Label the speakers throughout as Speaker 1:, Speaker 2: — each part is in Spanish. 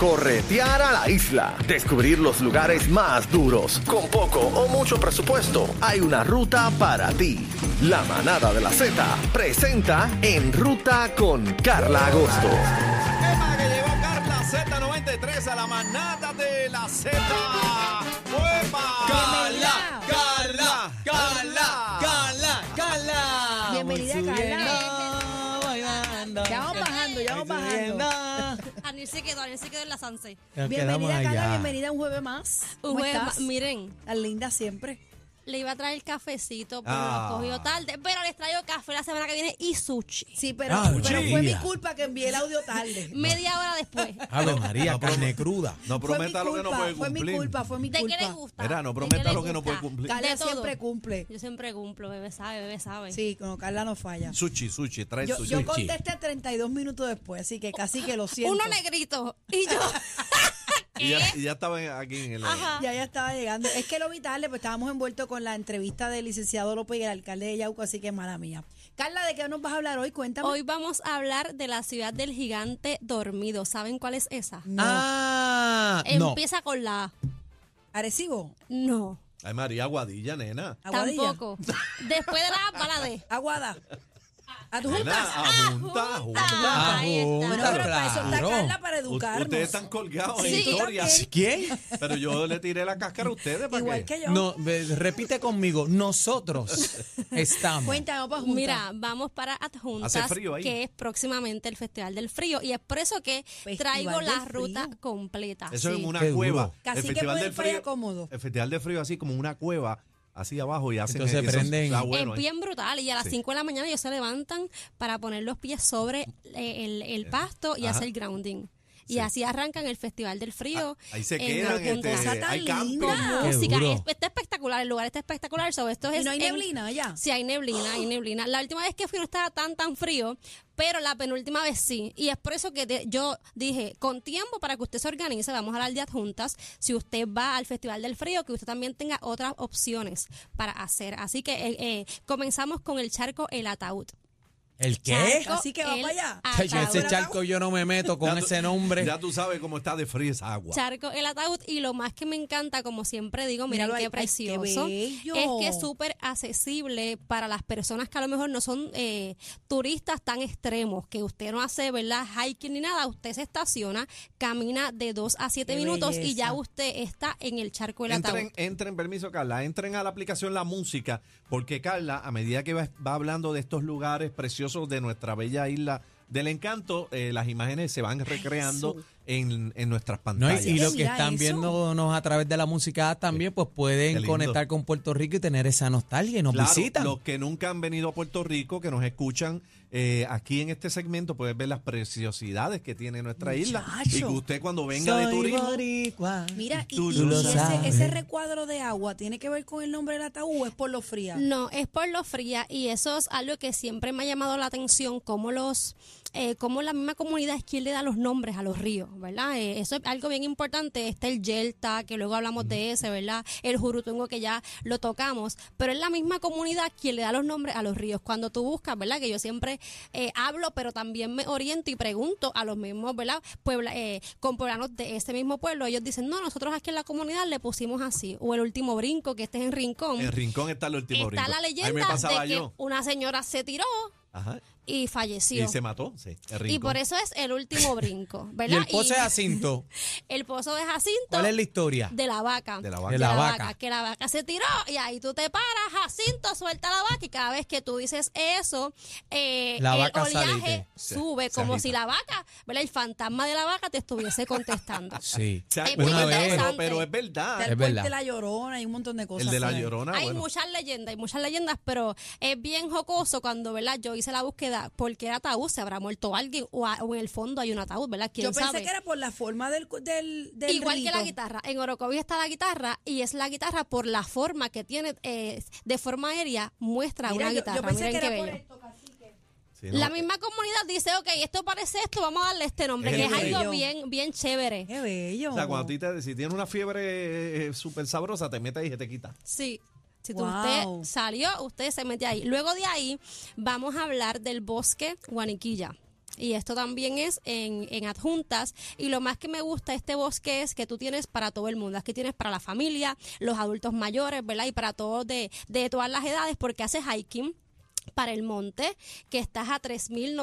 Speaker 1: Corretear a la isla. Descubrir los lugares más duros. Con poco o mucho presupuesto, hay una ruta para ti. La manada de la Z presenta En Ruta con Carla Agosto.
Speaker 2: Epa, que llegó Carla Z93 a la manada de la Z. ¡Uepa!
Speaker 3: Bienvenida.
Speaker 2: Carla, Carla, Carla, Carla.
Speaker 3: Bienvenida,
Speaker 2: Voy
Speaker 3: Carla.
Speaker 2: subiendo, bailando.
Speaker 3: Ya vamos bajando, ya vamos
Speaker 2: Voy subiendo.
Speaker 4: Aniel se quedó, Aniel se quedó en la Sanse.
Speaker 5: Nos quedamos
Speaker 3: Bienvenida, Carla,
Speaker 5: allá.
Speaker 3: bienvenida a un jueves más. ¿Cómo
Speaker 4: Ujú,
Speaker 3: estás?
Speaker 4: ma- Miren,
Speaker 3: Tan linda siempre.
Speaker 4: le iba a traer cafecito, pero
Speaker 2: Ah.
Speaker 4: lo cogió tarde. Pero les traigo café la semana que viene y sushi.
Speaker 3: Sí, pero,
Speaker 5: Ah,
Speaker 3: pero
Speaker 5: sí.
Speaker 3: fue mi culpa que envié el audio tarde.
Speaker 4: Media hora después.
Speaker 5: Ave María, carne cruda.
Speaker 2: No
Speaker 3: Fue mi
Speaker 2: prometa lo que no puede
Speaker 3: culpa, fue mi
Speaker 2: cumplir.
Speaker 3: culpa, fue mi
Speaker 4: ¿De qué le
Speaker 3: culpa.
Speaker 4: gusta?
Speaker 2: Mira, no
Speaker 4: ¿De qué
Speaker 2: prometa
Speaker 4: le
Speaker 2: lo que no
Speaker 4: gusta?
Speaker 2: puede cumplir.
Speaker 3: Carla
Speaker 4: De todo.
Speaker 3: siempre cumple.
Speaker 4: Yo siempre cumplo, bebé sabe, bebé sabe.
Speaker 3: Sí, no, Carla no falla.
Speaker 2: Sushi, sushi, trae
Speaker 3: Yo,
Speaker 2: sushi.
Speaker 3: yo contesté 32 minutos después, así que casi que lo siento.
Speaker 4: Uno negrito y yo.
Speaker 2: Y ya, y ya estaba en- aquí en el.
Speaker 4: Ajá.
Speaker 3: Ya ya estaba llegando. Es que lo vi tarde, pues estábamos envueltos con la entrevista del licenciado López y el alcalde de Yauco, así que mala mía. Carla, ¿de qué nos vas a hablar hoy? Cuéntame.
Speaker 4: Hoy vamos a hablar de la ciudad del gigante dormido. ¿Saben cuál es esa?
Speaker 3: No. Em-
Speaker 2: Ah,
Speaker 5: No.
Speaker 4: Empieza con la A.
Speaker 3: Arecibo,
Speaker 4: No.
Speaker 2: ay María Guadilla, nena.
Speaker 3: Aguadilla.
Speaker 4: Tampoco. Después de la A va la D.
Speaker 3: Aguada.
Speaker 2: Nena,
Speaker 3: Adjuntas.
Speaker 2: ajunta, ajunta.
Speaker 4: Ah, Ahí está.
Speaker 3: Bueno, pero para eso está
Speaker 5: Claro.
Speaker 3: Carla, para educarnos.
Speaker 2: Ustedes están colgados en
Speaker 4: Sí.
Speaker 2: historias.
Speaker 5: ¿Quién?
Speaker 2: Pero yo le tiré la cáscara a ustedes para
Speaker 3: Igual que yo.
Speaker 5: No, ve, repite conmigo. Nosotros estamos.
Speaker 3: Cuéntanos para juntas.
Speaker 4: Mira, vamos para
Speaker 2: Hace
Speaker 4: Adjuntas,
Speaker 2: frío ahí.
Speaker 4: que es próximamente el Festival del Frío. Y es por eso que
Speaker 3: Festival
Speaker 4: traigo
Speaker 3: del
Speaker 4: la
Speaker 3: frío.
Speaker 4: ruta completa.
Speaker 2: Eso es
Speaker 3: Sí.
Speaker 2: en una
Speaker 5: Qué duro.
Speaker 2: cueva.
Speaker 3: Casi
Speaker 2: el
Speaker 3: que
Speaker 2: festival
Speaker 3: puede
Speaker 2: del
Speaker 3: ir para allá
Speaker 2: frío.
Speaker 3: cómodo.
Speaker 2: El festival del frío así como una cueva así abajo y hacen
Speaker 5: Entonces
Speaker 2: eso
Speaker 5: prenden-
Speaker 2: está bueno,
Speaker 4: es
Speaker 2: ¿eh?
Speaker 4: bien brutal. Y a las
Speaker 2: Sí.
Speaker 4: 5 de la mañana ellos se levantan para poner los pies sobre eh, el, el pasto y
Speaker 2: Ajá.
Speaker 4: hacer grounding. Y
Speaker 2: Sí.
Speaker 4: así arrancan el Festival del Frío.
Speaker 2: Ah, ahí se
Speaker 4: en
Speaker 2: quedan
Speaker 4: Adjuntas.
Speaker 3: cosa
Speaker 2: este,
Speaker 3: tan
Speaker 2: hay camping.
Speaker 3: linda.
Speaker 5: Qué
Speaker 4: música.
Speaker 5: duro.
Speaker 4: Es- está espectacular, el lugar está espectacular. So, esto es
Speaker 3: Y no hay
Speaker 4: en-
Speaker 3: neblina allá.
Speaker 4: Sí, hay neblina, hay neblina. La última vez que fui no estaba tan, tan frío, pero la penúltima vez sí. Y es por eso que de- yo dije, con tiempo para que usted se organice, vamos a hablar de adjuntas, si usted va al Festival del Frío, que usted también tenga otras opciones para hacer. Así que eh, eh, comenzamos con el charco El Ataúd.
Speaker 5: ¿El qué?
Speaker 4: Charco
Speaker 3: ¿Eh? Así que va
Speaker 4: El
Speaker 3: para allá.
Speaker 5: Ay, en
Speaker 4: Ataúd.
Speaker 5: ese charco yo no me meto con
Speaker 2: Ya tú-
Speaker 5: ese nombre.
Speaker 2: Ya tú sabes cómo está de frío esa agua.
Speaker 4: Charco el ataúd y lo más que me encanta, como siempre digo, mira
Speaker 3: Míralo ahí,
Speaker 4: qué
Speaker 3: ay, qué bello.
Speaker 4: precioso, es que es súper accesible para las personas que a lo mejor no son eh, turistas tan extremos, que usted no hace, ¿verdad? Hiking ni nada, usted se estaciona, camina de 2 a 7
Speaker 3: Qué
Speaker 4: minutos y
Speaker 3: belleza.
Speaker 4: ya usted está en el charco el ataúd.
Speaker 2: Entren, entren, permiso Carla, entren a la aplicación La Música, porque Carla, a medida que va, va hablando de estos lugares preciosos de nuestra bella isla del encanto, eh, las imágenes se van recreando
Speaker 3: sí.
Speaker 2: en, en nuestras
Speaker 5: No, y,
Speaker 2: pantallas.
Speaker 5: y los
Speaker 3: Mira
Speaker 5: que están
Speaker 3: eso.
Speaker 5: viéndonos a través de la música también, pues
Speaker 2: Qué
Speaker 5: pueden
Speaker 2: lindo.
Speaker 5: conectar con Puerto Rico y tener esa nostalgia y nos
Speaker 2: Claro,
Speaker 5: visitan.
Speaker 2: Los que nunca han venido a Puerto Rico, que nos escuchan eh, aquí en este segmento, pueden ver las preciosidades que tiene nuestra isla.
Speaker 3: Muchacho.
Speaker 2: Y que usted cuando venga de
Speaker 5: Soy
Speaker 2: turismo,
Speaker 5: boricua.
Speaker 3: Mira, y,
Speaker 2: Tú
Speaker 3: y-
Speaker 2: lo
Speaker 3: y ese,
Speaker 5: sabes.
Speaker 3: ese recuadro de agua tiene que ver con el nombre del ataúd, o es por lo fría.
Speaker 4: No, es por lo fría y eso es algo que siempre me ha llamado la atención, cómo los, eh, cómo la misma comunidad es quien le da los nombres a los ríos, ¿verdad? Eh, eso es algo bien importante. Está el Yelta, que luego hablamos de ese, ¿verdad? El Jurutungo, que ya lo tocamos, pero es la misma comunidad quien le da los nombres a los ríos. Cuando tú buscas, ¿verdad? Que yo siempre eh, hablo, pero también me oriento y pregunto a los mismos, ¿verdad? Puebla, eh, con poblanos de ese mismo pueblo, ellos dicen, no, nosotros aquí en la comunidad le pusimos así, o el último brinco, que este es en Rincón.
Speaker 2: en Rincón está el último
Speaker 4: Está
Speaker 2: brinco.
Speaker 4: la
Speaker 2: Ahí me
Speaker 4: leyenda
Speaker 2: pasaba
Speaker 4: de que
Speaker 2: yo.
Speaker 4: una señora se tiró
Speaker 2: Ajá.
Speaker 4: y falleció.
Speaker 2: Y se mató, sí, el
Speaker 4: Y
Speaker 2: Rincón.
Speaker 4: por eso es el último brinco,
Speaker 5: Y
Speaker 4: ¿verdad?
Speaker 5: el pose es Jacinto.
Speaker 4: el pozo de Jacinto.
Speaker 5: ¿Cuál es la historia?
Speaker 4: De la vaca.
Speaker 2: De la vaca. De
Speaker 5: la vaca.
Speaker 4: Que la vaca se tiró y ahí tú te paras, Jacinto, suelta la vaca y cada vez que tú dices eso, eh,
Speaker 5: La
Speaker 4: el
Speaker 5: vaca sale y
Speaker 4: oleaje
Speaker 2: se-
Speaker 4: sube
Speaker 2: se
Speaker 4: como
Speaker 2: agita.
Speaker 4: si la vaca, ¿verdad? El fantasma de la vaca te estuviese contestando.
Speaker 5: Sí.
Speaker 2: O sea,
Speaker 4: Es
Speaker 2: bueno,
Speaker 5: muy
Speaker 2: pero- pero,
Speaker 4: interesante.
Speaker 2: pero es verdad.
Speaker 3: Está
Speaker 5: es
Speaker 3: el puente
Speaker 5: verdad.
Speaker 3: de la llorona y un montón de cosas.
Speaker 2: El de la
Speaker 3: ¿sabes?
Speaker 2: llorona.
Speaker 4: hay
Speaker 2: Ah, bueno.
Speaker 4: muchas leyendas, hay muchas leyendas, pero es bien jocoso cuando, ¿verdad? Yo hice la búsqueda era, porque era ataúd, se habrá muerto alguien o, a- o en el fondo hay un ataúd, ¿verdad? ¿Quién
Speaker 3: Yo pensé
Speaker 4: sabe?
Speaker 3: que era por la forma del, cu- del, del
Speaker 4: Igual que la
Speaker 3: rito.
Speaker 4: guitarra. En Orocovis está la guitarra y es la guitarra por la forma que tiene, eh, de forma aérea, muestra
Speaker 3: Mira, yo-
Speaker 4: una
Speaker 3: yo
Speaker 4: guitarra.
Speaker 3: pensé
Speaker 4: Miren
Speaker 3: que
Speaker 4: qué
Speaker 3: era por
Speaker 4: bello.
Speaker 3: el tocacique.
Speaker 2: Sí, no, eh.
Speaker 4: La misma comunidad dice, ok, esto parece esto, vamos a darle este nombre,
Speaker 2: Es
Speaker 4: que
Speaker 2: el
Speaker 4: es algo
Speaker 3: bello.
Speaker 4: bien, bien chévere.
Speaker 3: Qué bello.
Speaker 2: O sea, cuando a ti te- si tienes una fiebre eh, súper sabrosa, te metes ahí y te quita.
Speaker 4: Sí. Si tú-
Speaker 3: Wow.
Speaker 4: usted salió, usted se mete ahí. Luego de ahí, vamos a hablar del bosque Guaniquilla. Y esto también es en, en adjuntas. Y lo más que me gusta de este bosque es que tú tienes para todo el mundo. Aquí tienes para la familia, los adultos mayores, ¿verdad? Y para todos de, de todas las edades, porque haces hiking para el monte, que estás a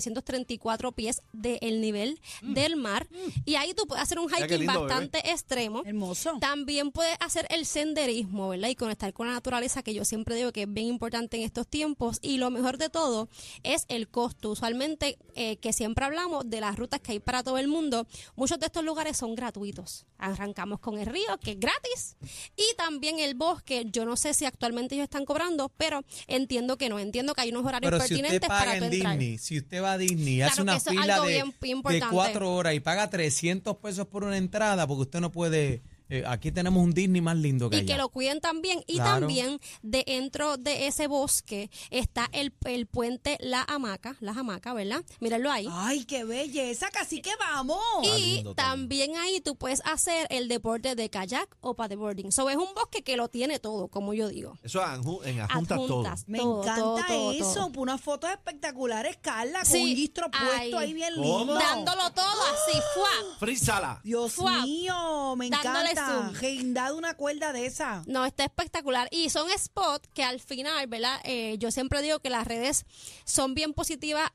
Speaker 4: 3.934 pies del nivel del mar. Y ahí tú puedes hacer un
Speaker 2: Mm. qué
Speaker 4: hiking
Speaker 2: lindo, bebé.
Speaker 4: bastante extremo.
Speaker 3: Hermoso.
Speaker 4: También puedes hacer el senderismo, ¿verdad? Y conectar con la naturaleza, que yo siempre digo que es bien importante en estos tiempos. Y lo mejor de todo es el costo. Usualmente, eh, que siempre hablamos de las rutas que hay para todo el mundo, muchos de estos lugares son gratuitos. Arrancamos con el río, que es gratis. Y también el bosque, yo no sé si actualmente ellos están cobrando, pero entiendo que no. Entiendo que hay unos horarios
Speaker 5: Pero si usted
Speaker 4: pertinentes
Speaker 5: paga
Speaker 4: para tu
Speaker 5: en
Speaker 4: entrar.
Speaker 5: Disney, si usted va a Disney,
Speaker 4: Claro
Speaker 5: hace
Speaker 4: que
Speaker 5: una
Speaker 4: eso es
Speaker 5: fila
Speaker 4: algo
Speaker 5: de,
Speaker 4: bien importante.
Speaker 5: de cuatro horas y paga 300 pesos por una entrada, porque usted no puede. eh, aquí tenemos un Disney más lindo que
Speaker 4: y
Speaker 5: allá.
Speaker 4: que lo cuiden también. Y
Speaker 5: Claro.
Speaker 4: también dentro de ese bosque está el, el puente La Hamaca, La Hamaca, ¿verdad? Mírenlo ahí.
Speaker 3: Ay, qué belleza. Casi que vamos.
Speaker 4: Y también ahí tú puedes hacer el deporte de kayak o paddleboarding. So, es un bosque que lo tiene todo, como yo digo.
Speaker 2: Eso es anju- en adjuntas todo.
Speaker 4: Adjuntas.
Speaker 3: Me
Speaker 4: Todo,
Speaker 3: encanta
Speaker 4: todo, todo,
Speaker 3: eso.
Speaker 4: todo.
Speaker 3: Unas fotos espectaculares, Carla, con
Speaker 4: Sí,
Speaker 3: un listro puesto
Speaker 4: ay.
Speaker 3: ahí bien
Speaker 2: ¿Cómo?
Speaker 3: lindo.
Speaker 4: Dándolo todo así, ¡fua!
Speaker 2: Frízala.
Speaker 3: Dios
Speaker 4: Fuap.
Speaker 3: mío, me
Speaker 4: Dándole
Speaker 3: encanta.
Speaker 4: zoom.
Speaker 3: Rendado una cuerda de esa.
Speaker 4: No, está espectacular. Y son spots que al final, ¿verdad? Eh, yo siempre digo que las redes son bien positivas,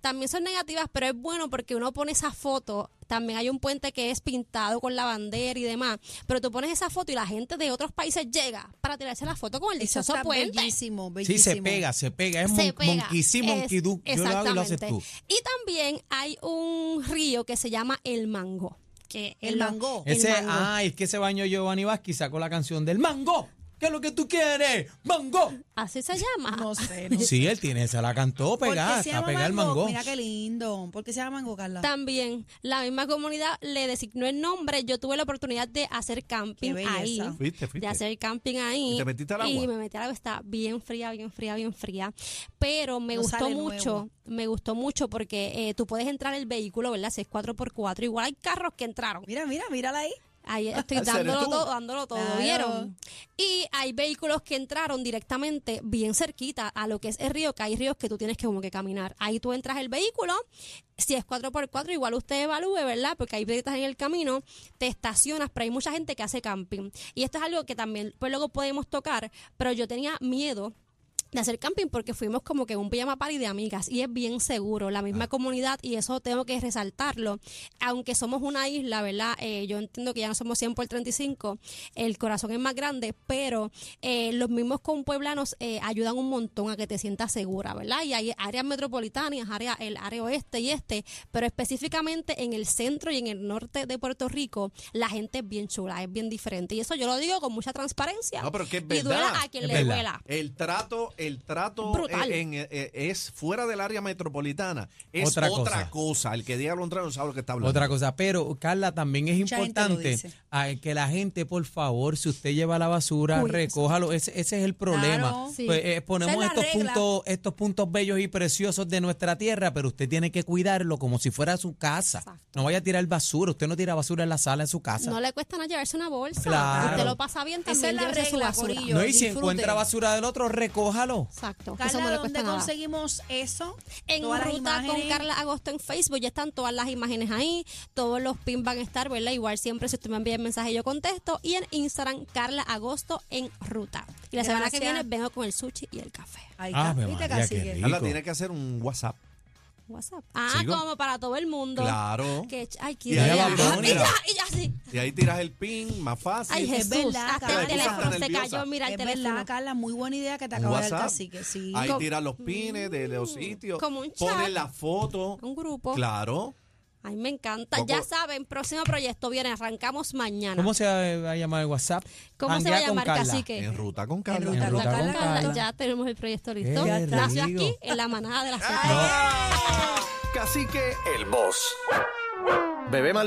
Speaker 4: también son negativas, pero es bueno porque uno pone esa foto. También hay un puente que es pintado con la bandera y demás. Pero tú pones esa foto y la gente de otros países llega para tirarse la foto con el
Speaker 3: Eso
Speaker 4: dichoso
Speaker 3: está
Speaker 4: puente.
Speaker 3: bellísimo,
Speaker 5: Sí,
Speaker 3: bellísimo.
Speaker 5: se pega, se pega. Es
Speaker 4: Se
Speaker 5: mon,
Speaker 4: pega.
Speaker 5: monquisí,
Speaker 4: Es-
Speaker 5: monquidú. Yo lo hago y lo haces
Speaker 4: exactamente.
Speaker 5: tú.
Speaker 4: Y también hay un río que se llama El Mango. Que
Speaker 3: El
Speaker 4: lo-
Speaker 3: mango.
Speaker 4: el
Speaker 5: Ese, ah.
Speaker 4: mango.
Speaker 5: ay, es que se bañó Giovanni Vázquez y sacó la canción del mango. ¿Qué es lo que tú quieres? ¡Mango!
Speaker 4: Así se llama.
Speaker 3: No sé, no sé.
Speaker 5: Sí, él tiene esa, la cantó
Speaker 3: ¿Por qué
Speaker 5: pegada,
Speaker 3: se
Speaker 5: está
Speaker 3: llama
Speaker 5: pegada el mango.
Speaker 3: Mira qué lindo. ¿Por qué se llama mango, Carla?
Speaker 4: También la misma comunidad le designó el nombre. Yo tuve la oportunidad de hacer
Speaker 3: Qué
Speaker 4: camping
Speaker 3: belleza.
Speaker 4: ahí.
Speaker 2: Fuiste, fuiste.
Speaker 4: De hacer camping ahí.
Speaker 2: ¿Y te metiste al
Speaker 4: Y
Speaker 2: agua?
Speaker 4: me metí al agua. Está bien fría, bien fría, bien fría. Pero me
Speaker 3: No
Speaker 4: gustó
Speaker 3: sale
Speaker 4: mucho.
Speaker 3: nuevo.
Speaker 4: Me gustó mucho porque eh, tú puedes entrar el vehículo, ¿verdad? Si es 4x4. Igual hay carros que entraron.
Speaker 3: Mira, mira, mírala ahí.
Speaker 4: Ahí estoy
Speaker 2: ¿Ese eres
Speaker 4: dándolo
Speaker 2: tú?
Speaker 4: todo, dándolo todo,
Speaker 3: Claro.
Speaker 4: ¿vieron? Y hay vehículos que entraron directamente bien cerquita a lo que es el río, que hay ríos que tú tienes que como que caminar. Ahí tú entras el vehículo, si es 4x4, igual usted evalúe, ¿verdad? Porque hay piedritas en el camino, te estacionas, pero hay mucha gente que hace camping. Y esto es algo que también pues luego podemos tocar, pero yo tenía miedo de hacer camping porque fuimos como que un pijama party de amigas y es bien seguro, la
Speaker 2: Ah.
Speaker 4: misma comunidad y eso tengo que resaltarlo. Aunque somos una isla, ¿verdad? Eh, yo entiendo que ya no somos 100 por 35, el corazón es más grande, pero eh, los mismos compueblanos eh, ayudan un montón a que te sientas segura, ¿verdad? Y hay áreas metropolitanas, área, el área oeste y este, pero específicamente en el centro y en el norte de Puerto Rico, la gente es bien chula, es bien diferente. Y eso yo lo digo con mucha transparencia.
Speaker 2: No, pero que es
Speaker 4: y duela
Speaker 2: verdad.
Speaker 4: a quien
Speaker 5: Es
Speaker 4: le
Speaker 5: verdad.
Speaker 4: duela.
Speaker 2: El trato, el trato
Speaker 4: Brutal.
Speaker 2: eh, en, eh, eh, es fuera del área metropolitana. Es
Speaker 5: Otra
Speaker 2: otra,
Speaker 5: cosa.
Speaker 2: cosa. El que diga lo contrario no sabe lo que está hablando.
Speaker 5: Otra cosa, pero Carla, también es
Speaker 3: Mucha gente lo
Speaker 5: importante
Speaker 3: dice.
Speaker 5: a que la gente, por favor, si usted lleva la basura,
Speaker 4: Cuídese.
Speaker 5: recójalo. Ese, ese es el problema.
Speaker 3: Claro.
Speaker 4: Sí.
Speaker 5: Pues, eh, ponemos
Speaker 3: Esa es la
Speaker 5: estos
Speaker 3: regla.
Speaker 5: puntos, estos puntos bellos y preciosos de nuestra tierra, pero usted tiene que cuidarlo como si fuera su casa.
Speaker 4: Exacto.
Speaker 5: No vaya a tirar basura. Usted no tira basura en la sala, en su casa.
Speaker 4: No le cuesta nada llevarse una bolsa.
Speaker 5: Claro.
Speaker 4: Usted lo pasa bien
Speaker 3: Esa
Speaker 4: también.
Speaker 3: es la
Speaker 4: llévese su
Speaker 3: regla,
Speaker 4: basura.
Speaker 3: corillo.
Speaker 5: No, y si
Speaker 3: Disfrute.
Speaker 5: encuentra basura del otro, recójalo.
Speaker 4: Exacto. Eso no
Speaker 3: Carla,
Speaker 4: le
Speaker 3: ¿dónde
Speaker 4: cuesta nada.
Speaker 3: conseguimos eso?
Speaker 4: En
Speaker 3: Todas las
Speaker 4: ruta con
Speaker 3: imágenes.
Speaker 4: Carla Agosto en Facebook ya están todas las imágenes ahí, todos los pins van a estar, ¿verdad? Igual siempre si usted me envía el mensaje yo contesto y en Instagram Carla Agosto en ruta. Y la semana que
Speaker 3: Gracias.
Speaker 4: viene vengo con el sushi y el café.
Speaker 3: Ahí
Speaker 5: Ah,
Speaker 3: está.
Speaker 5: Ave
Speaker 3: ¿Viste,
Speaker 5: María, qué
Speaker 3: cacique?
Speaker 5: rico.
Speaker 2: Carla tiene que hacer un WhatsApp.
Speaker 4: WhatsApp. Ah,
Speaker 2: ¿Sigo?
Speaker 4: como para todo el mundo.
Speaker 2: Claro.
Speaker 4: Que ch- ay, qué
Speaker 2: Y ahí
Speaker 4: idea.
Speaker 2: va Bonnie.
Speaker 4: Y ya, y ya sí.
Speaker 2: Y ahí tiras el pin, más fácil.
Speaker 4: Ay,
Speaker 3: Es
Speaker 4: Jesús,
Speaker 3: verdad,
Speaker 4: hasta el
Speaker 3: Carla.
Speaker 4: teléfono
Speaker 2: Está
Speaker 4: se
Speaker 2: nerviosa.
Speaker 4: cayó, mira el
Speaker 3: es
Speaker 4: teléfono.
Speaker 3: verdad, Carla, muy buena idea que te
Speaker 2: Un
Speaker 3: acaba de dar
Speaker 2: WhatsApp.
Speaker 3: cacique, sí.
Speaker 2: Ahí
Speaker 4: Con-
Speaker 2: tiras los pines de los sitios.
Speaker 4: Como un
Speaker 2: Pones
Speaker 4: chat.
Speaker 2: la foto.
Speaker 4: Un grupo.
Speaker 2: Claro.
Speaker 4: A mí me encanta.
Speaker 5: Poco-
Speaker 4: Ya saben, próximo proyecto viene, arrancamos mañana.
Speaker 5: ¿Cómo se va a llamar el WhatsApp?
Speaker 4: ¿Cómo se va
Speaker 5: Janguea
Speaker 4: a
Speaker 5: con
Speaker 4: llamar,
Speaker 5: Carla.
Speaker 4: cacique?
Speaker 2: En ruta con Carla.
Speaker 3: En ruta
Speaker 5: con Carla.
Speaker 4: Carla, ya tenemos el proyecto listo.
Speaker 5: Qué
Speaker 4: Nació
Speaker 5: rico.
Speaker 4: aquí, en la manada de las
Speaker 5: No.
Speaker 1: Cacique, el boss. Bebé Maldonado.